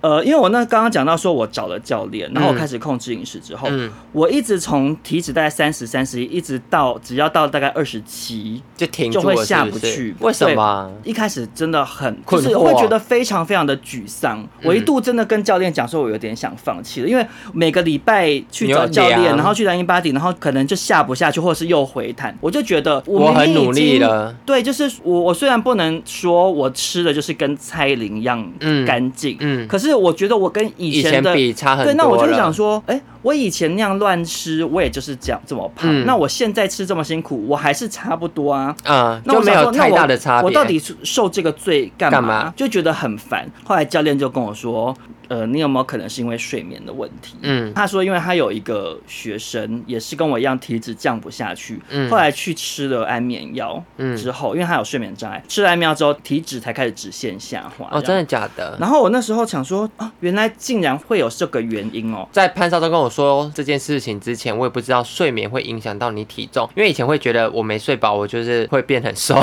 B: 呃，因为我那刚刚讲到说，我找了教练，然后我
A: 嗯
B: 开始控制饮食之后，
A: 嗯
B: 我一直从体脂大概三十、三十一，一直到只要到大概二十七，
A: 就停住
B: 就
A: 了
B: 会下不
A: 是是
B: 去。
A: 为什么？
B: 对一开始真的很
A: 困惑嗯
B: 就是会觉得非常非常的沮丧。我一度真的跟教练讲说，我有点想放弃了，因为每个礼拜去找教
A: 你有
B: 练，
A: 量
B: 然后去量英巴迪，然后可能就下不下去，或者是又回弹，我就觉得
A: 我
B: 明
A: 很
B: 明已
A: 努力
B: 经
A: 了。
B: 对，就是我，我虽然不能说我吃的就是跟蔡依林一样
A: 嗯
B: 干净，
A: 嗯
B: 可是我觉得我跟以
A: 以
B: 前
A: 前
B: 的
A: 比差很多
B: 对，
A: 了。
B: 那我就会想说，哎、我以前那样乱吃，我也就是这样这么胖。
A: 嗯
B: 那我现在吃这么辛苦，我还是差不多啊。
A: 嗯，
B: 那
A: 就
B: 我
A: 没
B: 想
A: 有
B: 说
A: 太
B: 那我
A: 大的差别。
B: 我到底受这个罪干嘛？
A: 干嘛
B: 就觉得很烦。后来教练就跟我说，呃，你有没有可能是因为睡眠的问题？
A: 嗯
B: 他说，因为他有一个学生也是跟我一样体脂降不下去，
A: 嗯
B: 后来去吃了安眠药
A: 嗯
B: 之后，因为他有睡眠障碍，吃了安眠药之后体脂才开始直线下滑。
A: 哦，
B: 这
A: 真
B: 样
A: 的假的？
B: 然后我那时候想说啊，原来竟然会有这个原因哦。
A: 在潘少东跟我说这件事情之前，我也不知道睡眠会影响到你体重，因为以前会觉得我没睡饱，我就是会变很
B: (laughs)
A: 瘦，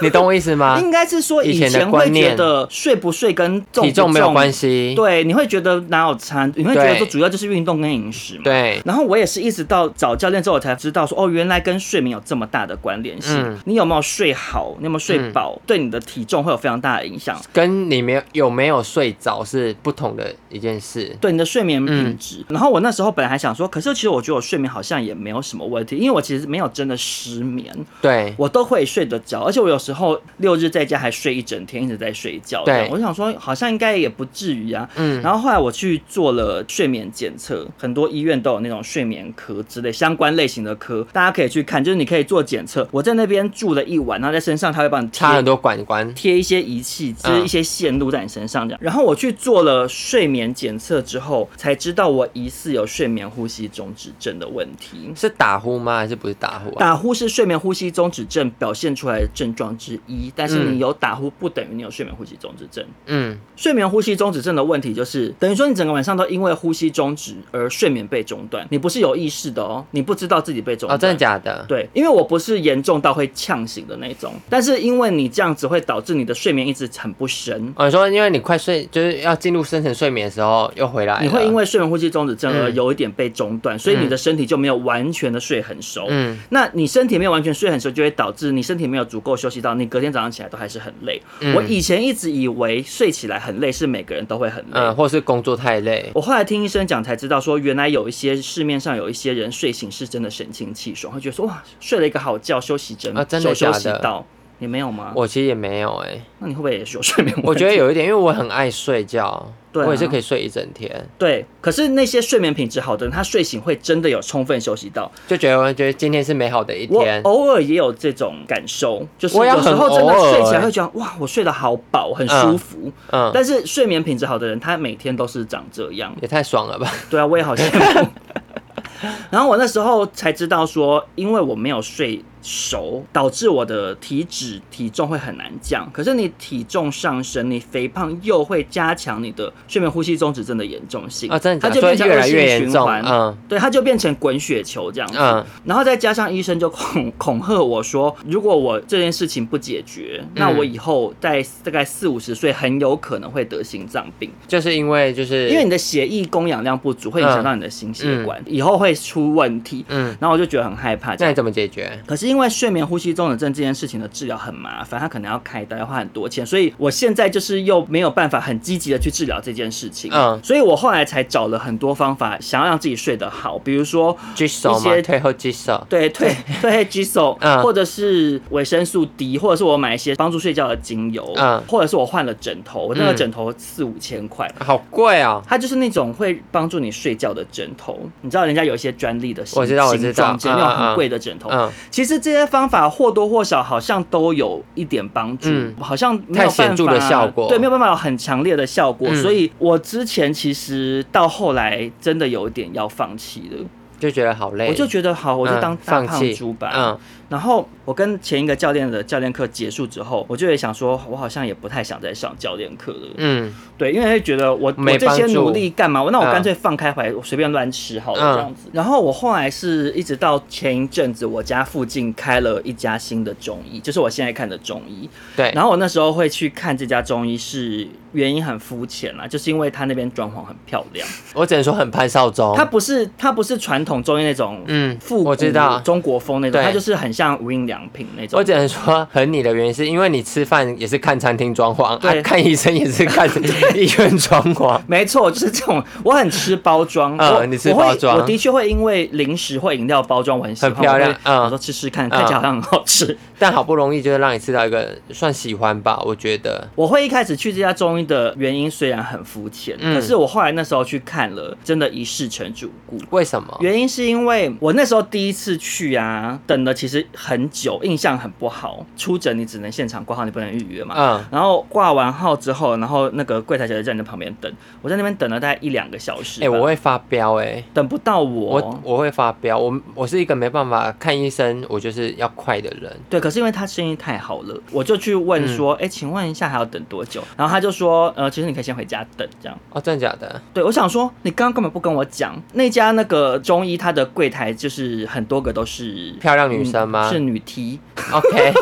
A: 你懂我意思吗？
B: 应该是说
A: 啊以
B: 以
A: 前的
B: 前
A: 观
B: 会
A: 念
B: 觉得睡不睡跟重
A: 体
B: 不
A: 重没有关
B: 系，
A: 系。
B: 对，你会觉得哪有差？你会觉得
A: 对
B: 说主要就是运动跟饮食嘛。
A: 对
B: 然后我也是一直到找教练之后，我才知道说，哦，原来跟睡眠有这么大的关联性。
A: 嗯
B: 你有没有睡好？你有没有睡饱？对你的体重会有非常大的影响，
A: 跟你没有有没有睡着是不同的一件事。
B: 对你的睡眠品
A: 嗯
B: 质。然后我那时候本来还想说，可是其实我觉得我睡眠好像也没有什么问题，因为我其实没有真的失眠，
A: 对，
B: 我都会睡得着，而且我有时候六日在家还睡一整天，一直在睡觉。这样
A: 对
B: 我就想说好像应该也不至于啊。
A: 嗯
B: 然后后来我去做了睡眠检测，很多医院都有那种睡眠科之类相关类型的科，大家可以去看，就是你可以做检测。我在那边住了一晚，然后在身上他会帮你贴
A: 插嗯很多管管。
B: 贴一些仪器，就是一些线路在你身上这样。然后我去做了睡眠检测之后，才知道我疑似有睡眠呼吸中止症的问题。
A: 是打呼吗？还是不是打呼、啊？
B: 打呼是睡眠呼吸中止症表现出来的症状之一，但是
A: 嗯
B: 你有打呼不等于你有睡眠呼吸中止症。
A: 嗯，
B: 睡眠呼吸中止症的问题就是，等于说你整个晚上都因为呼吸中止而睡眠被中断，你不是有意识的哦，你不知道自己被中
A: 哦，
B: 断。
A: 真的假的？
B: 对，因为我不是严重到会呛醒的那种，但是因为你这样子会导致你的睡眠一直很不深，
A: 哦，你说因为你快睡，就是要进入深层睡眠的时候又回来了，
B: 你会因为睡眠呼吸中止症而
A: 哎嗯
B: 有一点被中断，所以你的身体就没有完全的睡很熟。
A: 嗯
B: 那你身体没有完全睡很熟，就会导致你身体没有足够休息到，你隔天早上起来都还是很累。
A: 嗯
B: 我以前一直以为睡起来很累是每个人都会很累，
A: 嗯，或是工作太累，
B: 我后来听医生讲才知道，说原来有一些市面上有一些人睡醒是真的神清气爽，会觉得说哇，睡了一个好觉，休息真、
A: 啊真的
B: 休
A: 假
B: 息
A: 的
B: 到。你没有吗？
A: 我其实也没有哎、
B: 那你会不会也是有睡眠问题？
A: 我觉得有一点，因为我很爱睡觉，
B: 对啊
A: 我也是可以睡一整天，
B: 对，可是那些睡眠品质好的人，他睡醒会真的有充分休息到。
A: 就觉得我觉得今天是美好的一
B: 我哦
A: 天。
B: 偶尔也有这种感受，就是
A: 我也
B: 有时
A: 很
B: 候真的
A: 偶尔
B: 睡起来
A: 欸
B: 会觉得哇，我睡得好饱，很舒
A: 嗯
B: 服。
A: 嗯，
B: 但是睡眠品质好的人，他每天都是长这样。
A: 也太爽
B: (laughs)
A: 了吧！
B: 对啊，我也好羡
A: (laughs)
B: 慕。然后我那时候才知道说，因为我没有睡熟，导致我的体脂体重会很难降。可是你体重上升，你肥胖又会加强你的睡眠呼吸中止症的严重性
A: 啊，真的
B: 它
A: 假
B: 就
A: 的？所
B: 变
A: 以
B: 成
A: 越
B: 恶
A: 来
B: 性
A: 越严
B: 循
A: 重。
B: 环
A: 嗯
B: 对，它就变成滚雪球这样子。
A: 嗯
B: 然后再加上医生就恐恐吓我说，如果我这件事情不解决，
A: 嗯
B: 那我以后在大概四五十岁很有可能会得心脏病，
A: 就是因为就是
B: 因为你的血液供氧量不足，会影响到你的心血管，以后会出问题。
A: 嗯，
B: 然后我就觉得很害怕这
A: 那
B: 样。
A: 你怎么解决？
B: 可是因为睡眠呼吸综合症这件事情的治疗很麻烦，它可能要开刀，要花很多钱，所以我现在就是又没有办法很积极的去治疗这件事情。
A: 嗯
B: 所以我后来才找了很多方法，想要让自己睡得好，比如说
A: 举手
B: 一
A: 嘛，
B: 些
A: 退后举手。 (laughs)
B: 对，褪褪黑激素，
A: 嗯
B: 或者是维生素 D，或者是我买一些帮助睡觉的精油，
A: 嗯
B: 或者是我换了枕头，我那个
A: 嗯
B: 枕头四五千块。
A: 好贵哦！
B: 它就是那种会帮助你睡觉的枕头，你知道人家有一些专利的形
A: 我知道我知道
B: 形状枕，
A: 嗯
B: 那种
A: 嗯
B: 很
A: 嗯
B: 贵的枕头。
A: 嗯，
B: 其实这些方法或多或少好像都有一点帮助，
A: 嗯
B: 好像没有
A: 太显著的
B: 办法
A: 效果
B: 对，没有办法有很强烈的效果。
A: 嗯
B: 所以我之前其实到后来真的有一点要放弃了。
A: 就觉得好累。
B: 我就觉得好，我就
A: 哎嗯
B: 当大
A: 放
B: 胖
A: 弃
B: 猪吧。
A: 嗯
B: 然后我跟前一个教练的教练课结束之后，我就也想说，我好像也不太想再上教练课了。
A: 嗯，
B: 对，因为会觉得我我
A: 没
B: 这些
A: 帮助
B: 努力干嘛？那我
A: 嗯
B: 干脆放开怀，我随便乱吃好了
A: 嗯
B: 这样子。然后我后来是一直到前一阵子，我家附近开了一家新的中医，就是我现在看的中医。
A: 对。
B: 然后我那时候会去看这家中医是，原因很肤浅啦，就是因为它那边装潢很漂亮。
A: 我只能说很潘少忠。
B: 它不是它不是传统中医那种，
A: 哦嗯
B: 复古
A: 我知道
B: 中国风那种，
A: 对
B: 它就是很像无印良品那种
A: 我。只能说很你的原因是因为你吃饭也是看餐厅装潢，
B: 对
A: 啊，看医生也是看医院装潢。
B: 没错，就是这种。我很吃包装，
A: 嗯
B: 我
A: 你吃
B: 我会
A: 包装
B: 我的确会因为零食或饮料包装我很喜欢，
A: 很漂亮
B: 我会
A: 嗯
B: 我说吃吃看，看起来好像很好吃。
A: 但好不容易就是让你吃到一个算喜欢吧，我觉得。
B: 我会一开始去这家中医的原因虽然很肤浅，
A: 嗯
B: 可是我后来那时候去看了，真的一试成主顾。
A: 为什么？
B: 原因是因为我那时候第一次去啊，等了其实很久，印象很不好。出诊你只能现场挂号，你不能预约嘛。
A: 嗯
B: 然后挂完号之后，然后那个柜台小姐在你的旁边等，我在那边等了大概一两个小时
A: 哎、
B: 吧。
A: 我会发飙哎、
B: 等不到我。
A: 我我会发飙，我我是一个没办法看医生，我就是要快的人。
B: 对，可是因为他生意太好了，我就去问
A: 嗯
B: 说，哎、请问一下还要等多久？然后他就说，呃，其实你可以先回家等这样。
A: 哦，真的假的？
B: 对，我想说，你刚刚根本不跟我讲，那家那个中医他的柜台就是很多个都是嗯
A: 漂亮女生吗
B: 是女 T， (laughs)
A: ？OK，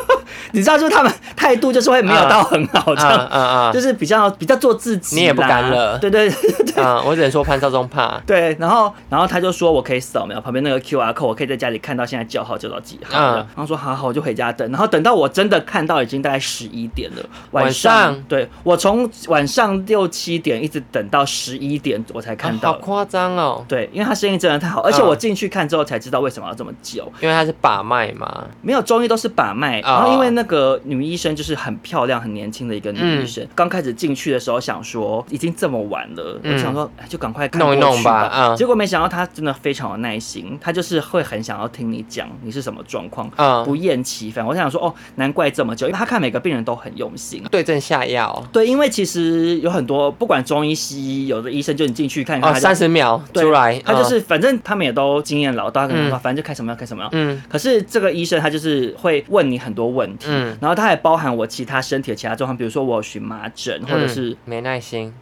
B: 你知道，就是
A: (laughs)
B: 他们态度就是会没有到很好这样，
A: 嗯嗯
B: 就是比较比较做自己啦，
A: 你也不敢惹
B: 对对对对。
A: 嗯嗯，我只能说潘少忠怕。
B: 对，然后，然后他就说我可以扫描旁边那个 Q R code，我可以在家里看到现在叫号叫到几号了。
A: 嗯
B: 然后说好好，我就回家等。然后等到我真的看到已经大概十一点了，
A: 晚
B: 上
A: 上
B: 对我从晚上六七点一直等到十一点我才 (laughs) 看
A: 啊
B: 到。
A: 好夸张哦，
B: 对，因为他生意真的太好，而且
A: 嗯
B: 我进去看之后才知道为什么要这么久。
A: 因为他是把脉嘛。
B: 没有中医都是把脉，
A: 哦
B: 然后因为那个女医生就是很漂亮、很年轻的一个女医生，刚开始进去的时候想说已经这么晚了，
A: 嗯
B: 我想说哎就赶快看
A: 弄一
B: 过去
A: 弄吧嗯
B: 结果没想到她真的非常有耐心，她就是会很想要听你讲你是什么状况，
A: 嗯
B: 不厌其烦。我想说哦，难怪这么久，因为她看每个病人都很用心。
A: 对症下药
B: 对，因为其实有很多不管中医西医，有的医生就你进去看一看
A: 哦，
B: 他就
A: 三十秒
B: 对
A: 出来，
B: 他
A: 嗯
B: 就是反正他们也都经验老道，他可能说
A: 嗯
B: 反正就开什么药开什么药。
A: 嗯
B: 可是这个医生他就是会问你很多问题，
A: 嗯
B: 然后他还包含我其他身体的其他状况，比如说我有荨麻疹，或者是、
A: 嗯没耐心，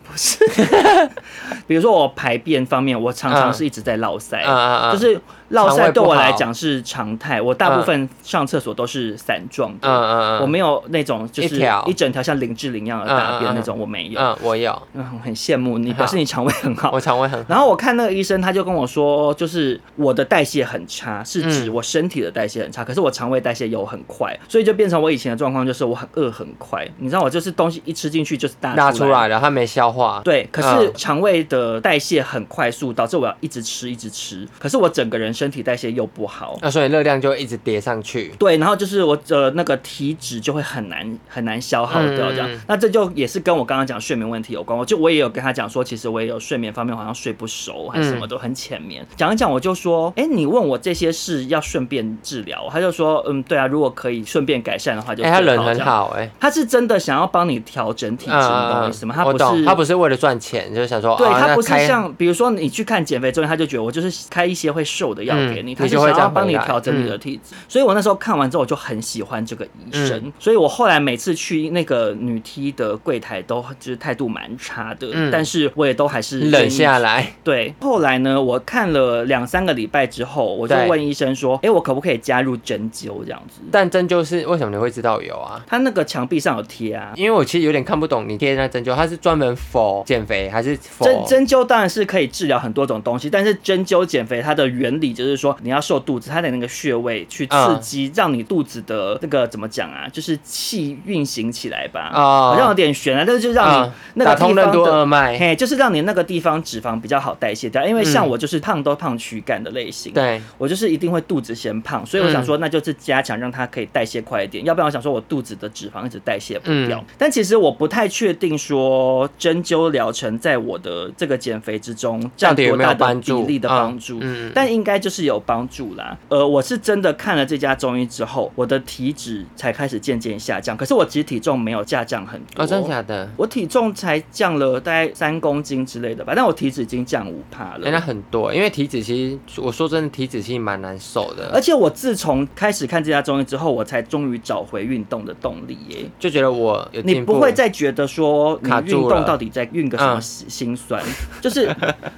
B: 比如说我排便方面，我常常
A: 嗯
B: 是一直在落塞，
A: 嗯嗯嗯，
B: 哎就是落
A: 肠
B: 塞
A: 胃
B: 对
A: 不
B: 我来
A: 好
B: 讲是常态，我大部分上厕所都是散状的，
A: 嗯嗯嗯，
B: 我没有那种就
A: 一
B: 是
A: 条
B: 一整条像林志玲一样的大便那种，我没有，
A: 嗯我有，
B: 嗯，很羡慕你，表示你肠胃很好
A: 我。肠胃很好，
B: 然后我看那个医生，他就跟我说，就是我的代谢很差，是指
A: 嗯
B: 我身体的代谢很差，可是我肠胃代谢又很快，所以就变成我以前的状况，就是我很饿很快，你知道我就是东西一吃进去就是大
A: 拉
B: 出
A: 出来。了，它没消化，
B: 对，可是
A: 嗯
B: 肠胃的代谢很快速，导致我要一直吃，一直吃。可是我整个人身体代谢又不好，
A: 那、所以热量就一直叠上去。
B: 对，然后就是我呃那个体脂就会很难很难消耗掉这样。
A: 嗯
B: 那这就也是跟我刚刚讲睡眠问题有关。我就我也有跟他讲说，其实我也有睡眠方面好像睡不熟还
A: 嗯
B: 是什么，都很浅眠。讲一讲我就说，哎、你问我这些事要顺便治疗，他就说，嗯，对啊，如果可以顺便改善的话就
A: 哎、
B: 最好
A: 他
B: 这样。
A: 人很好哎、嗯
B: 他是真的想要帮你调整体质，你懂我意思吗？他
A: 我
B: 不
A: 懂，
B: 是
A: 他不是为了赚钱，就是想说，
B: 对
A: 啊、
B: 他
A: 那
B: 不是
A: 开
B: 像，比如说你去看减肥中心，他就觉得我就是开一些会瘦的药给
A: 嗯
B: 你，
A: 你
B: 他是
A: 就会
B: 想
A: 这
B: 要
A: 样
B: 帮你
A: 回来嗯
B: 调整你的体质。所以我那时候看完之后，我就很喜欢这个医生，
A: 嗯
B: 所以我后来每次去那个女 T 的柜台都就是态度蛮差的，
A: 嗯
B: 但是我也都还是愿
A: 冷
B: 意
A: 下来，
B: 对，后来呢，我看了两三个礼拜之后，我就
A: 对
B: 问医生说：“哎，我可不可以加入针灸这样子
A: 但针灸是为什么你会知道有啊？”？
B: 他那个墙壁上有贴啊，
A: 因为我其实有点看不懂你贴那针灸，它是专门否减肥还是否
B: 针针灸当然是可以治疗很多种东西，但是针灸减肥它的原理就是说，你要瘦肚子，它的那个穴位去刺
A: 嗯
B: 激，让你肚子的那个怎么讲啊，就是气运行起来吧，
A: 哦
B: 好像有点悬啊，但是就让你
A: 啊
B: 那个
A: 打
B: 地
A: 通任
B: 方
A: 督
B: 的
A: 二。脉？
B: 嘿，就是让你那个地方脂肪比较好代谢掉，因为像
A: 嗯
B: 我就是胖都胖躯干的类型，
A: 对，
B: 我就是一定会肚子先胖，所以我
A: 嗯
B: 想说，那就是加强让它可以代谢快一点，要不然我想说我肚子的脂肪一直代谢不
A: 嗯
B: 掉。但其实我不太确定说针灸疗程在我的这个减肥之中占
A: 到底有
B: 多
A: 没
B: 大
A: 有
B: 的
A: 帮
B: 比
A: 助？
B: 例的
A: 啊
B: 帮助。
A: 嗯，
B: 但应该就是有帮助啦。呃，我是真的看了这家中医之后，我的体脂才开始渐渐下降。可是我其实体重没有下降很多，
A: 哦，真的假的？
B: 我体重才降了大概三公斤之类的吧，但我体脂已经降五帕了。
A: 哎、那很多，因为体脂其实我说真的，体脂其实蛮难受
B: 而
A: 的，
B: 且我自从开始看这家中医之后，我才终于找回运动的动力耶。
A: 就觉得我有
B: 你
A: 进步。
B: 不会再觉得说你
A: 卡
B: 运
A: 住了
B: 动到底在运个什么
A: 嗯
B: 心心酸？就是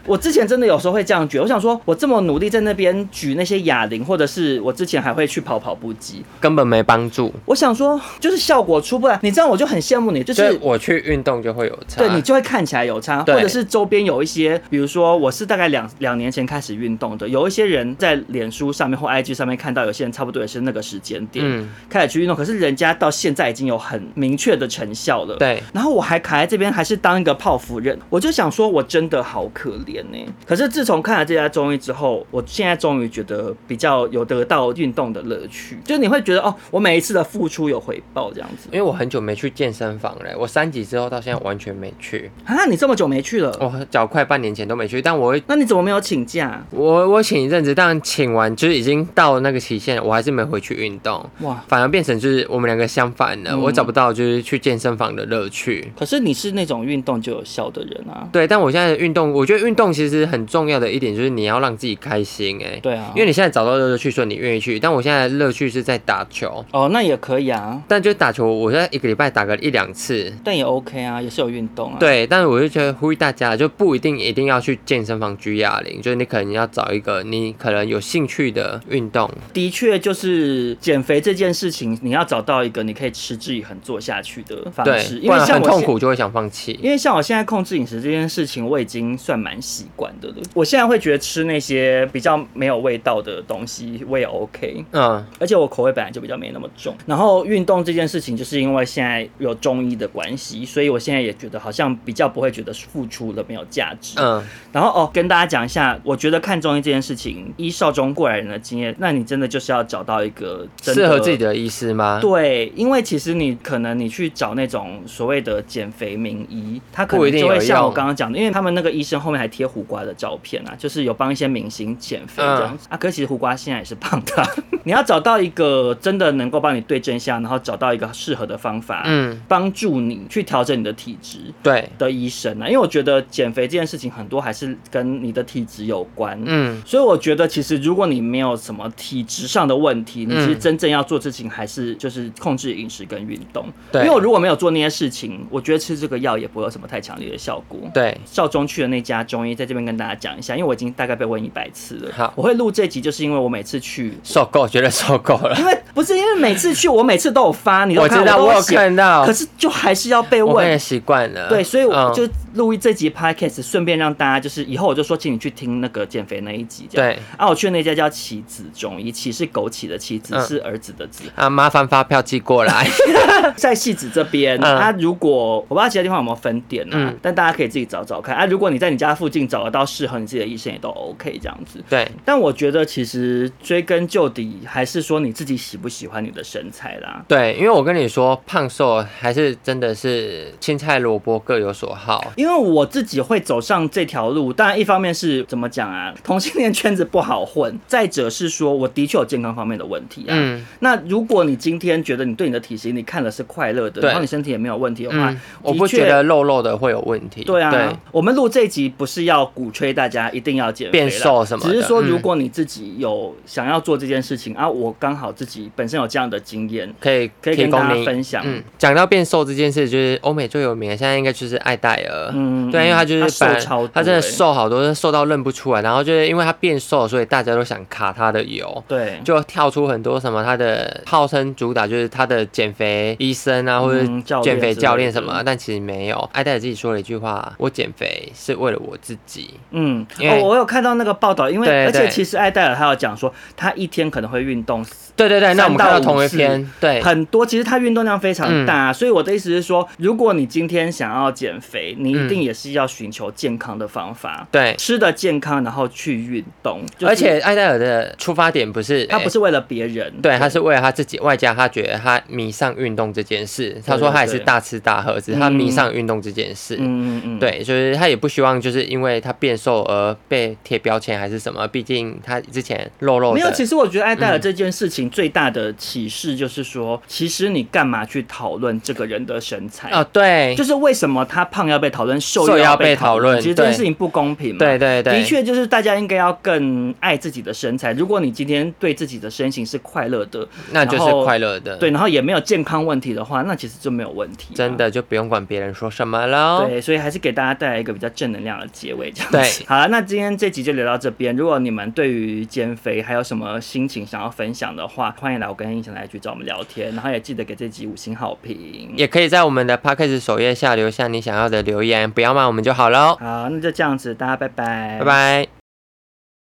B: 我之前真的有时候会这样觉得，我想说我这么努力在那边举那些哑铃，或者是我之前还会去跑跑步机，
A: 根本没帮助，
B: 我想说就是效果出不来。你这样我就很羡慕你，就
A: 就是
B: 是
A: 我去运动就会有差。
B: 对你就会看起来有差，
A: 对
B: 或者是周边有一些，比如说我是大概两两年前开始运动的，有一些人在脸书上面或 IG 上面看到有些人差不多也是那个时间点、
A: 嗯
B: 开始去运动，可是人家到现在已经有很明确的成效了。。
A: 对，
B: 然后我还卡在这边，还是当一个泡芙人，我就想说，我真的好可怜呢、可是自从看了这家中医之后，我现在终于觉得比较有得到运动的乐趣，就是你会觉得哦，我每一次的付出有回报这样子
A: 因为我很久没去健身房了，我三级之后到现在完全没去，
B: 啊！你这么久没去了，
A: 我早快半年前都没去，但我会。
B: 那你怎么没有请假、
A: 我我请一阵子，但请完就是已经到那个期限，我还是没回去运动，
B: 哇！
A: 反而变成就是我们两个相反了。
B: 嗯
A: 我找不到就是去健身房的乐趣。
B: 可是你是那种运动就有效的人啊。
A: 对，但我现在的运动，我觉得运动其实很重要的一点就是你要让自己开心、哎，
B: 对啊，
A: 因为你现在找到乐趣，所以你愿意去。但我现在的乐趣是在打球，
B: 哦，那也可以啊，
A: 但就打球，我现在一个礼拜打个一两次。
B: 但也 OK 啊，也是有运动啊。，
A: 对，但是我就觉得呼吁大家，就不一定一定要去健身房举哑铃，就是你可能要找一个你可能有兴趣的运动。
B: 的确就是减肥这件事情，你要找到一个你可以持之以恒做下去的方
A: 对
B: 式，，
A: 不
B: 因为
A: 然
B: 像
A: 很
B: 我
A: 痛
B: 现。
A: 苦就会想放弃。
B: 因为像我现在控制饮食这件事情，我已经算蛮习惯的了。我现在会觉得吃那些比较没有味道的东西，我也 OK。
A: 嗯，
B: 而且我口味本来就比较没那么重。然后运动这件事情，就是因为现在有中医的关系，所以我现在也觉得好像比较不会觉得付出了没有价值。
A: 嗯，
B: 然后哦，跟大家讲一下，我觉得看中医这件事情，依少中过来人的经验，那你真的就是要找到一个真
A: 适合自己。的医师吗？
B: 对，啊因为其实你可能你去找那种所谓的减肥名医，他可
A: 不一
B: 能
A: 定
B: 就
A: 有
B: 会像我
A: 用
B: 刚刚讲的，因为他们那个医生后面还贴胡瓜的照片啊，就是有帮一些明星减肥这
A: 嗯
B: 样子、啊。可是其实胡瓜现在也是胖的啊， (laughs) 你要找到一个真的能够帮你对症下，然后找到一个适合的方法，
A: 嗯，
B: 帮助你去调整你的体质。
A: 对，
B: 的医生啊，因为我觉得减肥这件事情很多还是跟你的体质有关。
A: 嗯，
B: 所以我觉得，其实如果你没有什么体质上的问题，
A: 嗯
B: 你其实真正要做事情还是就是控制饮食跟运动。
A: 对
B: 因为我如果没有做那些事情，我觉得吃这个药也不会有什么太强烈的效果。
A: 对，
B: 少中去的那家中医，在这边跟大家讲一下，因为我已经大概被问一百次了。
A: 好
B: 我会录这集，就是因为我每次去，
A: 受够，觉得受够了。
B: 因为不是因为每次去，我每次都有发，你都
A: 我
B: 看
A: 知道，
B: 都
A: 我
B: 有
A: 有
B: 写
A: 看到
B: 可，是就还是要被
A: 我
B: 问
A: 也。习惯了。
B: 对，所以我
A: 嗯
B: 就录一这集 podcast，顺便让大家就是以后我就说，请你去听那个减肥那一集。这样
A: 对
B: 啊，我去那家叫棋子中医，棋是枸杞的棋，子
A: 嗯
B: 是儿子的子。 (laughs)
A: 啊，麻烦发票寄过来。
B: 在戏子这边，
A: 嗯
B: 啊，如果我不知道其他地方有没有分店啊，
A: 嗯
B: 但大家可以自己找找看啊。如果你在你家附近找得到适合你自己的医生，也都 OK 这样子。
A: 对，
B: 但我觉得其实追根究底，还是说你自己喜不喜欢你的身材啦。
A: 对，因为我跟你说，胖瘦还是真的是青菜萝卜各有所好。
B: 因为我自己会走上这条路，当然一方面是怎么讲啊，同性恋圈子不好混；再者是说，我的确有健康方面的问题啊。
A: 嗯，
B: 那如果你今天觉得你对你的体型你看了是快乐的，
A: 对
B: 然后你身体也没有问啊题的话，
A: 嗯，我不觉得肉肉的会有问题。
B: 对啊，我们录这一集不是要鼓吹大家一定要减肥啦
A: 变瘦什么的
B: 只是说
A: 嗯
B: 如果你自己有想要做这件事情、啊，我刚好自己本身有这样的经验，
A: 可以
B: 可以
A: 提
B: 跟大
A: 供
B: 家
A: 你
B: 分享
A: 嗯，讲到变瘦这件事，就是欧美最有名的，现在应该就是艾黛尔。
B: 嗯
A: 对，因为她就是
B: 她瘦
A: 本来
B: 超多
A: 她真的
B: 欸
A: 瘦好多，瘦到认不出来。然后就是因为她变瘦，所以大家都想卡她的油。
B: 对，
A: 就跳出很多什么，他的号称主打就是他的减肥医生啊，或者
B: 嗯教练
A: 减肥教练什
B: 之类
A: 么
B: 的，
A: 但其实没有。艾黛尔自己说了一句话：“我减肥是为了我自己。
B: 嗯，
A: 因为
B: 哦，我有看到那个报道，因为
A: 对
B: 而且
A: 对
B: 其实艾戴尔他有讲说，他一天可能会运动”
A: 对对对，那我们看到
B: 三到五
A: 同一篇，对嗯
B: 很多，其实他运动量非常大，所以我的意思是说，如果你今天想要减肥，你一
A: 嗯
B: 定也是要寻求健康的方法，
A: 对，
B: 吃的健康，然后去运动，就是
A: 而且艾黛尔的出发点不是
B: 他不。是为了别人，
A: 对，他是为了他自己，外加他觉得他迷上运动这件事。他说他也是
B: 对嗯
A: 大吃大喝，只是他迷上运动这件事。
B: 嗯嗯嗯，
A: 对，就是他也不希望就是因为他变瘦而被贴标签还是什么，毕竟他之前肉肉的。
B: 没有，其实我觉得艾戴尔这件事情最大的启示就是说，其实你干嘛去讨论这个人的身材？
A: 哦，对，
B: 就是为什么他胖要被讨论，瘦
A: 瘦
B: 又
A: 要
B: 要被
A: 被
B: 讨
A: 讨论
B: 其实这件
A: 对
B: 事情不公平嘛。
A: 对对对，
B: 的，确，就是大家应该要更爱自己的身材。如果你今天对自己的身形是快乐的，
A: 那就
B: 然后
A: 是快乐的，
B: 对，，然后也没有健康问题的话，那其实就没有问题、
A: 真。的就不用管别人说什么了。哦
B: 对，所以还是给大家带来一个比较正能量的结尾，这样子。
A: 对
B: 好了，那今天这集就聊到这边。如果你们对于减肥还有什么心情想要分享的话，欢迎来我跟一起来去找我们聊天，然后也记得给这集五星好评。
A: 也可以在我们的 p a c k a g e 首页下留下你想要的留言，不要骂我们就好喽，哦
B: 好，那就这样子，大家拜拜，
A: 拜。拜。